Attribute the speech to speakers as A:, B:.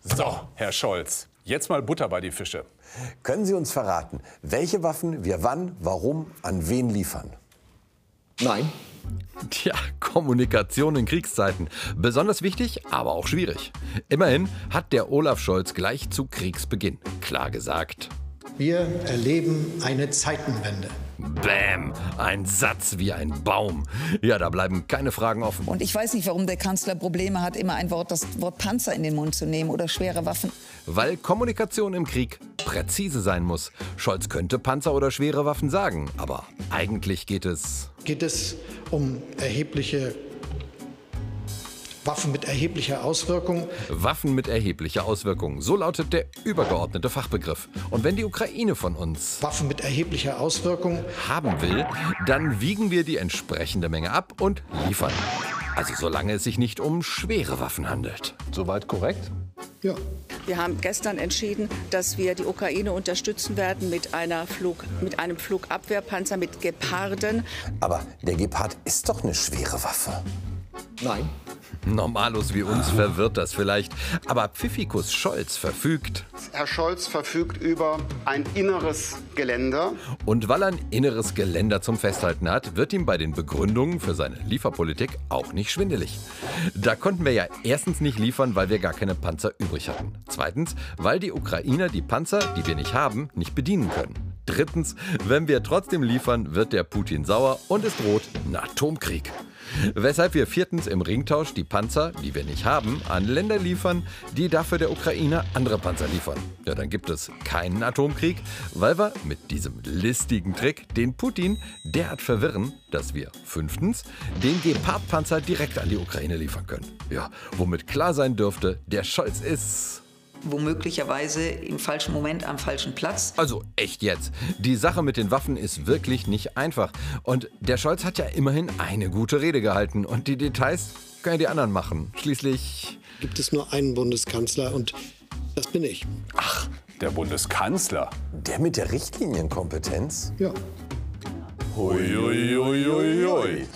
A: So, Herr Scholz, jetzt mal Butter bei die Fische.
B: Können Sie uns verraten, welche Waffen wir wann, warum, an wen liefern?
C: Nein.
D: Tja, Kommunikation in Kriegszeiten. Besonders wichtig, aber auch schwierig. Immerhin hat der Olaf Scholz gleich zu Kriegsbeginn klar gesagt.
E: Wir erleben eine Zeitenwende.
D: Bäm, ein Satz wie ein Baum. Ja, da bleiben keine Fragen offen.
F: Und ich weiß nicht, warum der Kanzler Probleme hat, immer ein Wort, das Wort Panzer in den Mund zu nehmen oder schwere Waffen.
D: Weil Kommunikation im Krieg präzise sein muss. Scholz könnte Panzer oder schwere Waffen sagen, aber eigentlich geht es
E: Geht es um erhebliche Waffen mit erheblicher Auswirkung?
D: Waffen mit erheblicher Auswirkung. So lautet der übergeordnete Fachbegriff. Und wenn die Ukraine von uns
E: Waffen mit erheblicher Auswirkung?
D: haben will, dann wiegen wir die entsprechende Menge ab und liefern. Also solange es sich nicht um schwere Waffen handelt.
A: Soweit korrekt?
E: Ja.
G: Wir haben gestern entschieden, dass wir die Ukraine unterstützen werden mit, einer Flug, mit einem Flugabwehrpanzer mit Geparden.
B: Aber der Gepard ist doch eine schwere Waffe.
C: Nein.
D: Normalos wie uns verwirrt das vielleicht, aber Pfiffikus Scholz verfügt.
H: Herr Scholz verfügt über ein inneres Geländer.
D: Und weil er ein inneres Geländer zum Festhalten hat, wird ihm bei den Begründungen für seine Lieferpolitik auch nicht schwindelig. Da konnten wir ja erstens nicht liefern, weil wir gar keine Panzer übrig hatten. Zweitens, weil die Ukrainer die Panzer, die wir nicht haben, nicht bedienen können. Drittens, wenn wir trotzdem liefern, wird der Putin sauer und es droht ein Atomkrieg. Weshalb wir viertens im Ringtausch die Panzer, die wir nicht haben, an Länder liefern, die dafür der Ukraine andere Panzer liefern. Ja, dann gibt es keinen Atomkrieg, weil wir mit diesem listigen Trick den Putin derart verwirren, dass wir fünftens den Gepard-Panzer direkt an die Ukraine liefern können. Ja, womit klar sein dürfte, der Scholz ist.
I: womöglicherweise im falschen Moment am falschen Platz.
D: Also echt jetzt. Die Sache mit den Waffen ist wirklich nicht einfach. Und der Scholz hat ja immerhin eine gute Rede gehalten. Und die Details können ja die anderen machen. Schließlich.
J: gibt es nur einen Bundeskanzler und das bin ich.
A: Der Bundeskanzler.
B: Der mit der Richtlinienkompetenz?
J: Ja.
A: Uiuiuiui.